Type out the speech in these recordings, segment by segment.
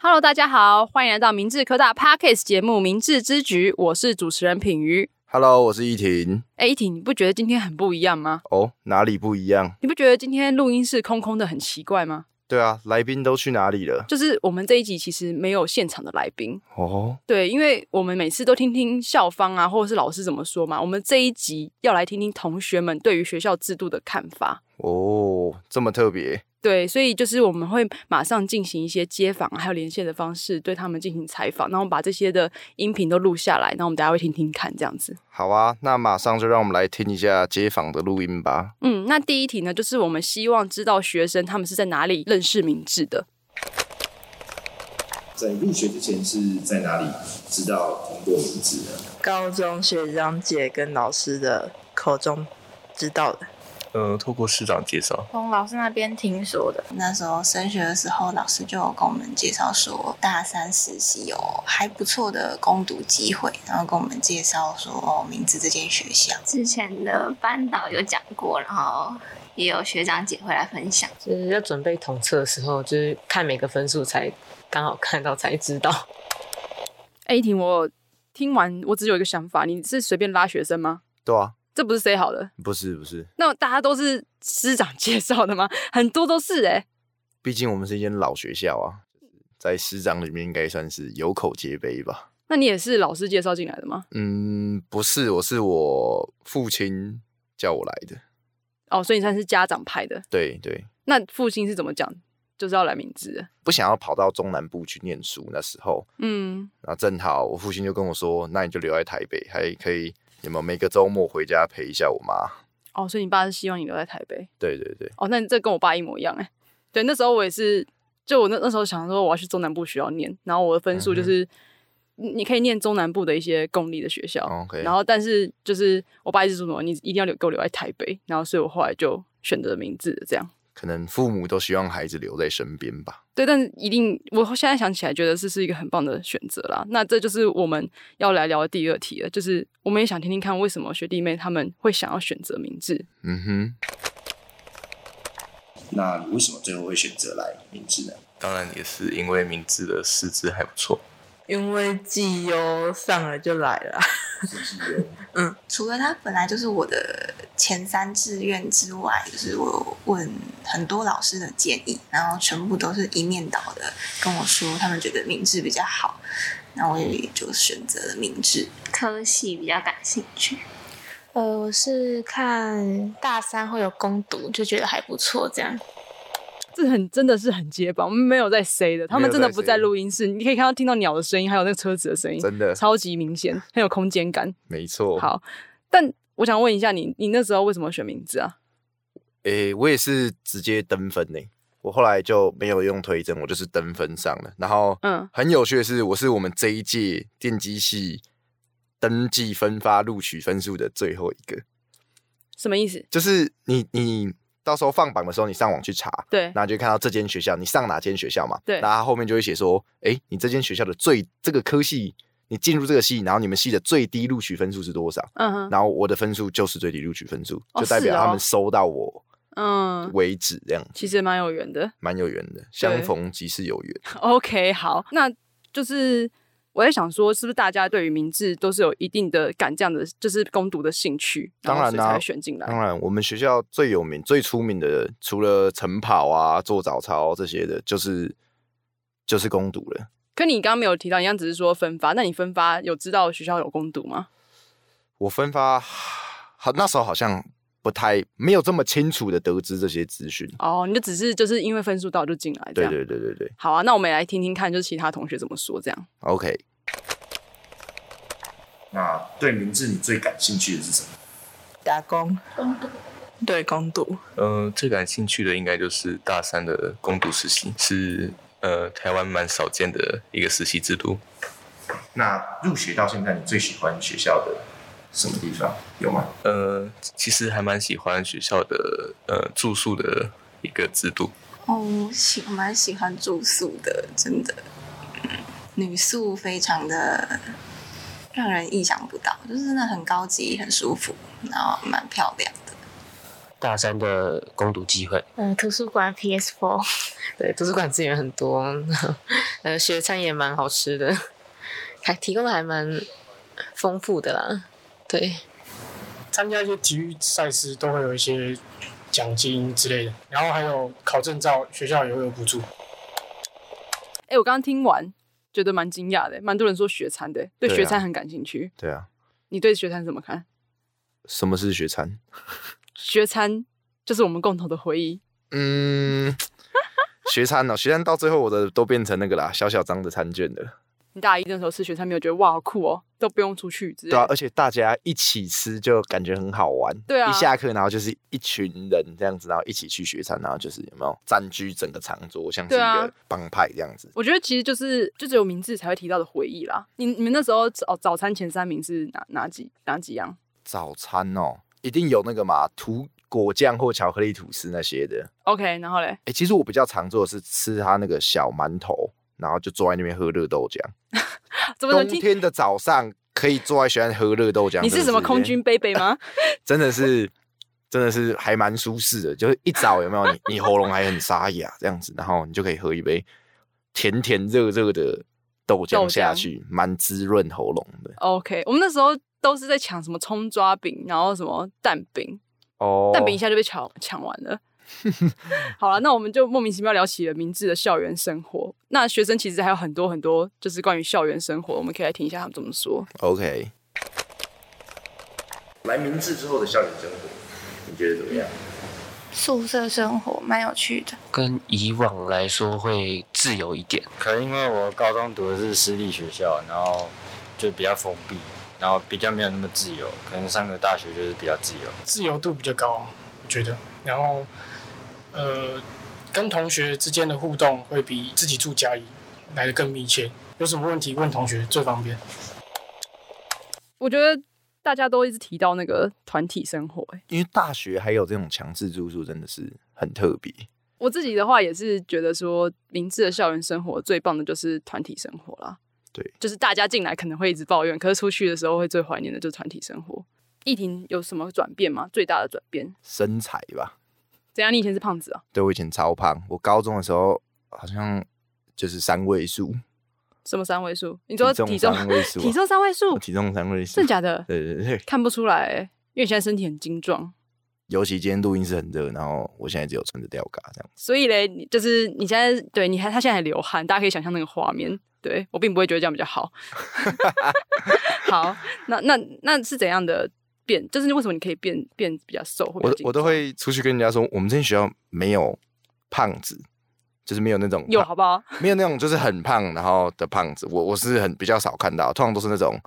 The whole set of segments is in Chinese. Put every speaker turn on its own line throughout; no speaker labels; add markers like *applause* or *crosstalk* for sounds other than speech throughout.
Hello，大家好，欢迎来到明治科大 Parkes 节目《明治之局》，我是主持人品瑜。
Hello，我是依婷。
哎，一婷，你不觉得今天很不一样吗？
哦，哪里不一样？
你不觉得今天录音室空空的很奇怪吗？
对啊，来宾都去哪里了？
就是我们这一集其实没有现场的来宾，
哦，
对，因为我们每次都听听校方啊，或者是老师怎么说嘛。我们这一集要来听听同学们对于学校制度的看法。
哦，这么特别。
对，所以就是我们会马上进行一些接访啊还有连线的方式，对他们进行采访，然后把这些的音频都录下来，然后我们大家会听听看这样子。
好啊，那马上就让我们来听一下街访的录音吧。
嗯，那第一题呢，就是我们希望知道学生他们是在哪里认识明智的。
在入学之前是在哪里知道通过名字的？
高中学长姐跟老师的口中知道的。
呃，透过师长介绍，
从老师那边听说的。
那时候升学的时候，老师就有跟我们介绍说，大三实习有还不错的攻读机会，然后跟我们介绍说，哦，明治这间学校。
之前的班导有讲过，然后也有学长姐会来分享。
就是要准备统测的时候，就是看每个分数才刚好看到才知道。 *laughs*
哎，一婷，我听完我只有一个想法，你是随便拉学生吗？
对啊，
这不是 say 好的，
不是不是，
那大家都是师长介绍的吗？很多都是哎、
毕竟我们是一间老学校啊，在师长里面应该算是有口皆碑吧。
那你也是老师介绍进来的吗？
嗯，不是，我是我父亲叫我来的。
哦，所以你算是家长派的。
对对，
那父亲是怎么讲？就是要来明智的。
不想要跑到中南部去念书，那时候
嗯，
然后正好我父亲就跟我说，那你就留在台北，还可以你们每个周末回家陪一下我妈。
哦，所以你爸是希望你留在台北。
对对对，
哦，那你这跟我爸一模一样哎、对，那时候我也是，就我那那时候想说我要去中南部学校念，然后我的分数就是、你你可以念中南部的一些公立的学校，
OK
哦然后但是就是我爸一直说什么你一定要留给我留在台北，然后所以我后来就选择明治这样。
可能父母都希望孩子留在身边吧。
对，但是一定，我现在想起来，觉得这是一个很棒的选择啦。那这就是我们要来聊的第二题了，就是我们也想听听看，为什么学弟妹他们会想要选择明治？
嗯哼，
那你为什么最后会选择来明治呢？
当然也是因为明治的师资还不错。
因为绩优上了就来了，
是不是有
除了他本来就是我的前三志愿之外，就是我有问很多老师的建议，然后全部都是一面倒的跟我说，他们觉得明治比较好，那我也就选择了明治。
科系比较感兴趣，
呃，我是看大三会有攻读，就觉得还不错，这样。
这很真的是很结巴，我们没有在 say 的，他们真的
没有在
不在
say
录音室，你可以看到听到鸟的声音，还有那个车子的声音，
*laughs* 真的哦
超级明显，很有空间感。
没错。
好，但我想问一下你，你那时候为什么选明治啊？
诶、我也是直接登分呢、我后来就没有用推甄，我就是登分上了。然后，
嗯
很有趣的是，我是我们这一届电机系登记分发录取分数的最后一个。
什么意思？
就是你你到时候放榜的时候，你上网去查，
对
那你就会看到这间学校，你上哪间学校嘛？
对
然后它后面就会写说，哎，你这间学校的最这个科系，你进入这个系，然后你们系的最低录取分数是多少？
嗯哼，
然后我的分数就是最低录取分数，
哦
就代表
是哦
他们收到我
嗯，
为止，这样
其实蛮有缘的。 *laughs*
蛮有缘的，相逢即是有缘。
OK，好，那就是我在想说，是不是大家对于明治都是有一定的感这样的，就是攻读的兴趣，
当
后
然啊
所以
啦
才会选进来。
当然，我们学校最有名、最出名的，除了晨跑啊、做早操这些的，就是就是攻读了。
可你刚刚没有提到，你刚刚只是说分发，那你分发有知道学校有攻读吗？
我分发，好那时候好像不太没有这么清楚的得知这些资讯。
哦，你就只是就是因为分数到就进来，这
对
样。
对对对对
好啊，那我们也来听听看，就是其他同学怎么说这样。
，OK。
那对明治你最感兴趣的是什么？
打工
攻读，
对攻读，
呃，最感兴趣的应该就是大三的攻读实习，是呃台湾蛮少见的一个实习制度。
那入学到现在，你最喜欢学校的什么地方？有吗？
呃，其实还蛮喜欢学校的呃住宿的一个制度。
哦，我喜我蛮喜欢住宿的，真的，嗯女宿非常的让人意想不到，就是真的很高级、很舒服，然后蛮漂亮的。
大三的攻读机会。
嗯，图书馆 PS4，
*laughs* 对，图书馆资源很多，呃，学餐也蛮好吃的，还提供的还蛮丰富的啦。对，
参加一些体育赛事都会有一些奖金之类的，然后还有考证照，学校也会有补助。
哎、我刚刚听完，觉得蛮惊讶的，蛮多人说学餐的，对
对啊
学餐很感兴趣。
对啊，
你对学餐怎么看？
什么是学餐？
学餐就是我们共同的回忆，
嗯， *laughs* 学餐哦，学餐到最后我的都变成那个啦，小小张的餐卷的了。
你大一那时候吃学餐，没有觉得哇好酷哦，都不用出去之类
对啊，
的。
而且大家一起吃就感觉很好玩。
对啊
一下课然后就是一群人这样子，然后一起去学餐，然后就是有没有占据整个长桌，像是一
对啊
个帮派这样子。
我觉得其实就是就只有名字才会提到的回忆啦。你你们那时候早早餐前三名是哪哪几哪几样？
早餐哦，一定有那个嘛，涂果酱或巧克力吐司那些的。
OK，然后嘞， *laughs*
哎、其实我比较常做的是吃他那个小馒头，然后就坐在那边喝热豆浆。
怎么能
冬
听？
天的早上可以坐在学校喝热豆浆，
你
真
是什
的
么空
一件
军？贝贝吗？
真的是，真的是还蛮舒适的。就是一早有没有你， *laughs* 你喉咙还很沙哑这样子，然后你就可以喝一杯甜甜热热的豆
豆
浆
浆
下去，蛮滋润喉咙的。
OK，我们那时候都是在抢什么葱抓饼，然后什么蛋饼，
哦，
蛋饼一下就被抢抢完了。 *laughs* 好了，那我们就莫名其妙聊起了明智的校园生活。那学生其实还有很多很多，就是关于校园生活，我们可以来听一下他们怎么说。
OK，
来明治之后的校园生活，你觉得怎么样？
宿舍生活蛮有趣的，
跟以往来说会自由一点，
可能因为我高中读的是私立学校，然后就比较封闭，然后比较没有那么自由。可能上个大学就是比较自由。
自由度比较高，我觉得。然后，呃，跟同学之间的互动会比自己住家里来的更密切，有什么问题问同学最方便。
我觉得大家都一直提到那个团体生活、欸，
因为大学还有这种强制住宿，真的是很特别。
我自己的话也是觉得说，明智的校园生活最棒的就是团体生活啦。
对，
就是大家进来可能会一直抱怨，可是出去的时候会最怀念的就是团体生活。疫情有什么转变吗？最大的转变？
身材吧，
怎样？你以前是胖子啊？
对我以前超胖，我高中的时候好像就是三位数，
什么三位数？你说体
体
重
重三位数啊
*laughs* 体重三位数
我？体重三位数，
真的假的
*laughs* 对对对，
看不出来、欸，因为你现在身体很精壮，
尤其今天录音室很热，然后我现在只有穿着吊嘎这样。
所以嘞，你就是你现在对你还他现在还流汗，大家可以想象那个画面。对我并不会觉得这样比较
*laughs*
好。好，那那那是怎样的变？就是为什么你可以变变比较瘦，或比较
我
精
我都会出去跟人家说，我们这间学校没有胖子，就是没有那种
有
胖
好不好？
没有那种就是很胖然后的胖子，我我是很比较少看到，通常都是那种，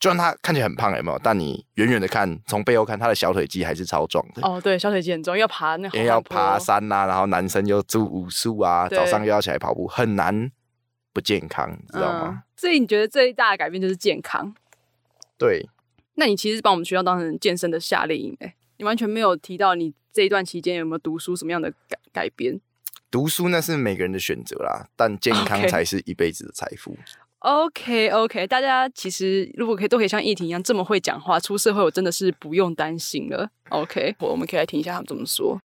就算他看起来很胖有没有，但你远远的看，从背后看他的小腿肌还是超壮的。
哦，对，小腿肌很重要，要爬那个
*laughs* 因为要
红山坡
爬山呐、然后男生又住武术啊，
对
早上又要起来跑步，很难不健康，你知道吗？
嗯所以你觉得最大的改变就是健康？
对，
那你其实把我们学校当成健身的夏令营、欸，你完全没有提到你这一段期间有没有读书什么样的改改变。
读书那是每个人的选择啦，但健康
OK
才是一辈子的财富。
OK OK，大家其实如果可以都可以像议婷一样这么会讲话，出社会我真的是不用担心了。OK，我我们可以来听一下他们怎么说。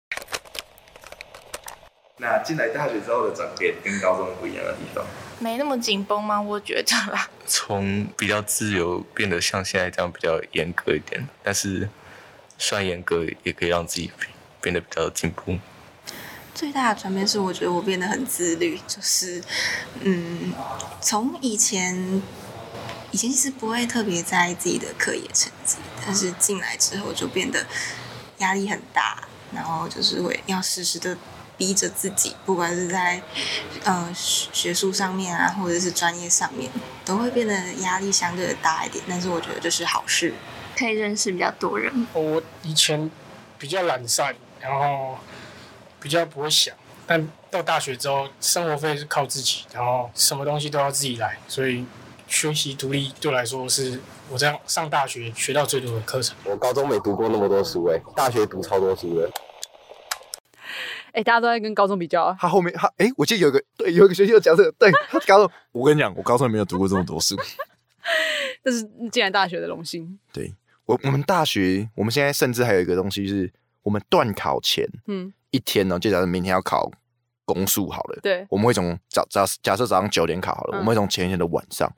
那进来大学之后的转变跟高中不一样的地方，
没那么紧绷吗？我觉得啦，
从比较自由变得像现在这样比较严格一点，但是算严格也可以让自己变得比较进步。
最大的转变是，我觉得我变得很自律，就是，嗯，从以前，以前其实不会特别在意自己的课业成绩，但是进来之后就变得压力很大，然后就是会要时时的逼着自己，不管是在呃学学术上面啊，或者是专业上面，都会变得压力相对的大一点。但是我觉得这是好事，
可以认识比较多人。
我以前比较懒散，然后比较不会想，但到大学之后，生活费是靠自己，然后什么东西都要自己来，所以学习独立对我来说是我这样上大学学到最多的课程。
我高中没读过那么多书哎、大学读超多书的。
哎、大家都在跟高中比较啊。
他后面他哎、我记得有一个对，有一个学期有讲这个，对他高中， *laughs* 我跟你讲，我高中没有读过这么多 *laughs* 书。
这是进来大学的荣幸。
对我，我们大学，我们现在甚至还有一个东西是，我们断考前
嗯，
一天哦呢，就假设明天要考公数好了，
对
我们会从早早假设早上九点考好了，
嗯
我们会从前一天的晚上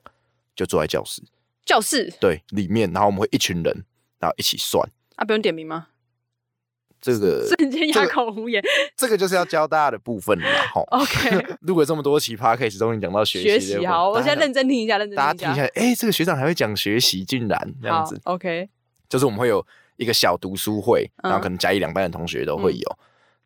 就坐在教室，
教室
对，里面，然后我们会一群人，然后一起算
啊，不用点名吗？
这个。
瞬间哑口无 *laughs* 言。
这个就是要教大家的部分了
*laughs*
哈。
OK，
录了这么多期 podcast，终于讲到
哦
学习
学
这个
习
部分
好，我
大家
现在认真听一下，认真
大家听一下，哎、这个学长还会讲学习，竟然这样子
好。OK，
就是我们会有一个小读书会，
嗯
然后可能甲一两班的同学都会有，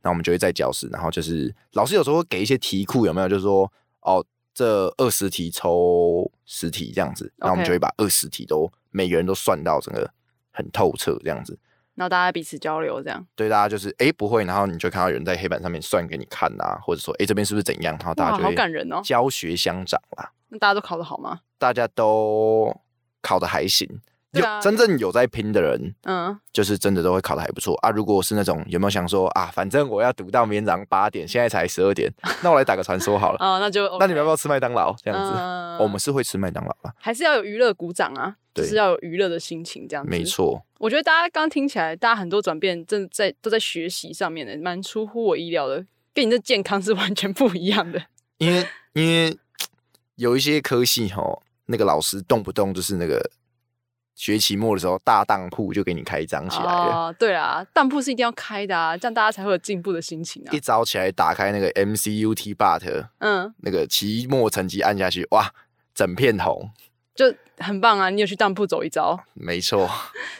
那、我们就会在教室，然后就是老师有时候会给一些题库，有没有？就是说，哦，这二十题抽十题这样子，那我们
OK
就会把二十题都每个人都算到整个很透彻这样子。
然后大家彼此交流这样。
对，大家就是哎、诶不会，然后你就看到有人在黑板上面算给你看啊，或者说哎、诶这边是不是怎样，然后大家
哇
就
好
会
感人哦
教学相长啦。
那大家都考得好吗？
大家都考的还行，
对
有
啊
真正有在拼的人，
嗯，
就是真的都会考的还不错啊。如果是那种有没有想说啊，反正我要读到明天早上八点，现在才十
*laughs*
二点，那我来打个传说好了。
啊那就
那你们要不要吃麦当劳？这样子，
嗯
哦我们是会吃麦当劳啊啦，
还是要有娱乐鼓掌啊，就
对
是要有娱乐的心情这样子。
没。错。
我觉得大家刚听起来，大家很多转变正在都在学习上面的，蛮出乎我意料的，跟你这健康是 *laughs* 完全不一样的。
因为因为有一些科系吼，那个老师动不动就是那个学期末的时候，大当铺就给你开张起来了。
啊，对啦，当铺是一定要开的啊，这样大家才会有进步的心情啊
一。早起来打开那个 MCUT But，
嗯，
那个期末成绩按下去，哇，整片红，
就很棒啊！你有去当铺走一遭，
没错。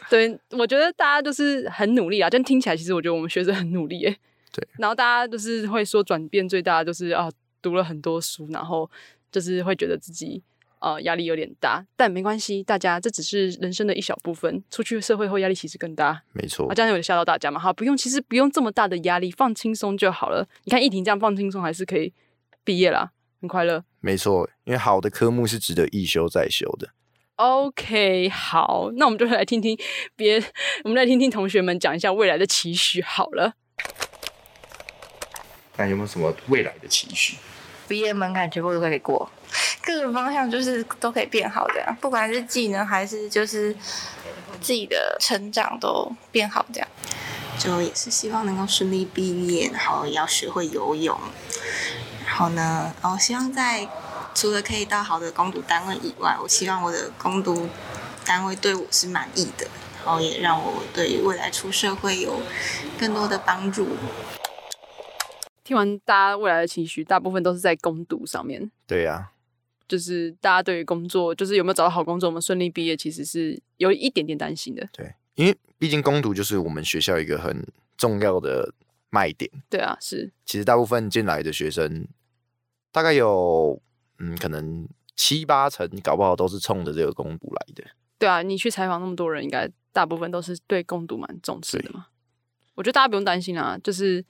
对，我觉得大家就是很努力啊，但听起来其实我觉得我们学生很努力耶。
对。
然后大家就是会说转变最大的就是啊，读了很多书，然后就是会觉得自己呃压力有点大，但没关系，大家这只是人生的一小部分，出去社会后压力其实更大。
没错
啊，，这样有吓到大家嘛？哈，不用，其实不用这么大的压力，放轻松就好了。你看一婷这样放轻松，还是可以毕业啦，很快乐。
没错，因为好的科目是值得一修再修的。
OK，好，那我们就来听听别，我们来听听同学们讲一下未来的期许好了。
那有没有什么未来的期许？
毕业门槛全部都可以过，各个方向就是都可以变好的、啊，不管是技能还是就是自己的成长都变好这样。
就也是希望能够顺利毕业，然后也要学会游泳，然后呢，然后希望在除了可以到好的攻读单位以外，我希望我的攻读单位对我是满意的，然后也让我对于未来出社会有更多的帮助。
听完大家未来的期许，大部分都是在攻读上面，
对啊呀、
就是大家对于工作，就是有没有找到好工作，我们顺利毕业，其实是有一点点担心的。
对，因为毕竟攻读就是我们学校一个很重要的卖点。
对啊，是
其实大部分进来的学生，大概有嗯，可能七八成，搞不好都是冲着这个攻读来的。
对啊，你去采访那么多人，应该大部分都是对攻读蛮重视的嘛。我觉得大家不用担心啊，就是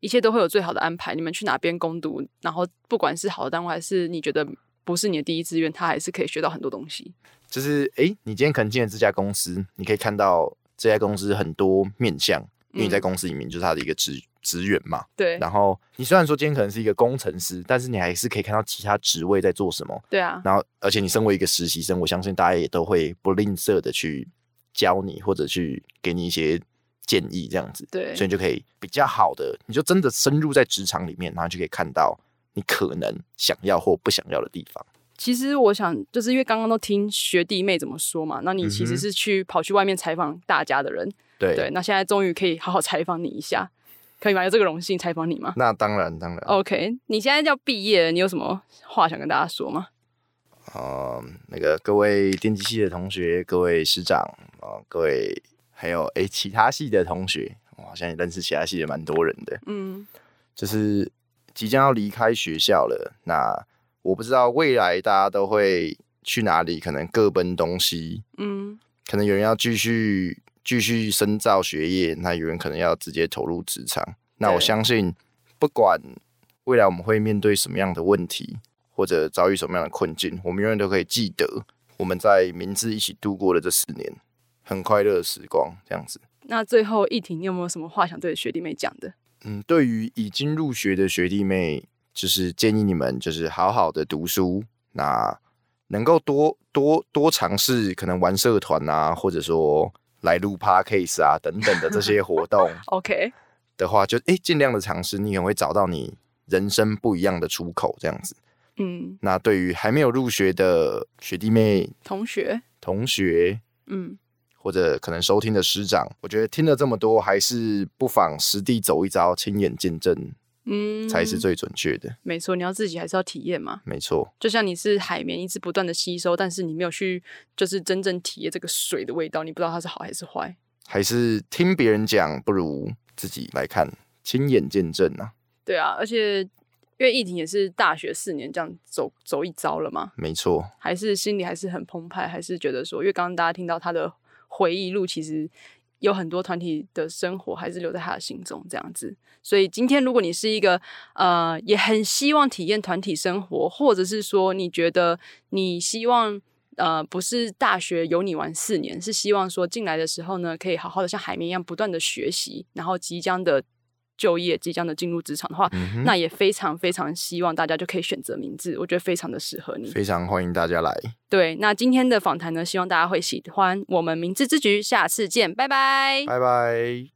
一切都会有最好的安排。你们去哪边攻读，然后不管是好的单位，还是你觉得不是你的第一志愿，他还是可以学到很多东西。
就是诶，你今天可能进了这家公司，你可以看到这家公司很多面向，因为你在
嗯
公司里面就是它的一个职职员嘛。
对
然后你虽然说今天可能是一个工程师，但是你还是可以看到其他职位在做什么。
对啊，
然后，而且你身为一个实习生，我相信大家也都会不吝啬的去教你，或者去给你一些建议，这样子。
对
所以你就可以比较好的，你就真的深入在职场里面，然后就可以看到你可能想要或不想要的地方。
其实我想，就是因为刚刚都听学弟妹怎么说嘛，那你其
嗯
实
哼
是去跑去外面采访大家的人，
对
对，那现在终于可以好好采访你一下，可以吗？有这个荣幸采访你吗
那当然，当然。
？OK，你现在要毕业了，你有什么话想跟大家说吗？
呃，那个各位电机系的同学，各位师长啊、呃各位还有诶其他系的同学，我好像也认识其他系也蛮多人的，
嗯，
就是即将要离开学校了。那我不知道未来大家都会去哪里，可能各奔东西，
嗯，
可能有人要继续继续深造学业，那有人可能要直接投入职场。那我
对
相信，不管未来我们会面对什么样的问题，或者遭遇什么样的困境，我们永远都可以记得我们在明治一起度过的这四年很快乐的时光。这样子，
那最后一婷，你有没有什么话想对学弟妹讲的？
嗯，对于已经入学的学弟妹，就是建议你们就是好好的读书，那能够多多多尝试可能玩社团啊，或者说来录 podcast 啊等等的这些活动
OK，
的话，就诶尽量的尝试，你也会找到你人生不一样的出口这样子。
嗯，
那对于还没有入学的学弟妹、
同学，
同学，
嗯，
或者可能收听的师长，我觉得听了这么多，还是不妨实地走一遭，亲眼见证，
嗯
才是最准确的。
没错，你要自己还是要体验嘛。
没错，
就像你是海绵，一直不断的吸收，但是你没有去就是真正体验这个水的味道，你不知道它是好还是坏。
还是听别人讲，不如自己来看，亲眼见证啊。
对啊，而且因为疫情也是大学四年这样走走一遭了嘛，
没错，
还是心里还是很澎湃，还是觉得说，因为刚刚大家听到他的回忆录，其实有很多团体的生活还是留在他的心中这样子。所以今天如果你是一个呃，也很希望体验团体生活，或者是说你觉得你希望。呃，不是大学有你玩四年，是希望说进来的时候呢，可以好好的像海绵一样不断的学习，然后即将的就业，即将的进入职场的话，
嗯哼
那也非常非常希望大家就可以选择名字，我觉得非常的适合你。
非常欢迎大家来，
对，那今天的访谈呢，希望大家会喜欢。我们明智之局，下次见，拜拜。
拜拜。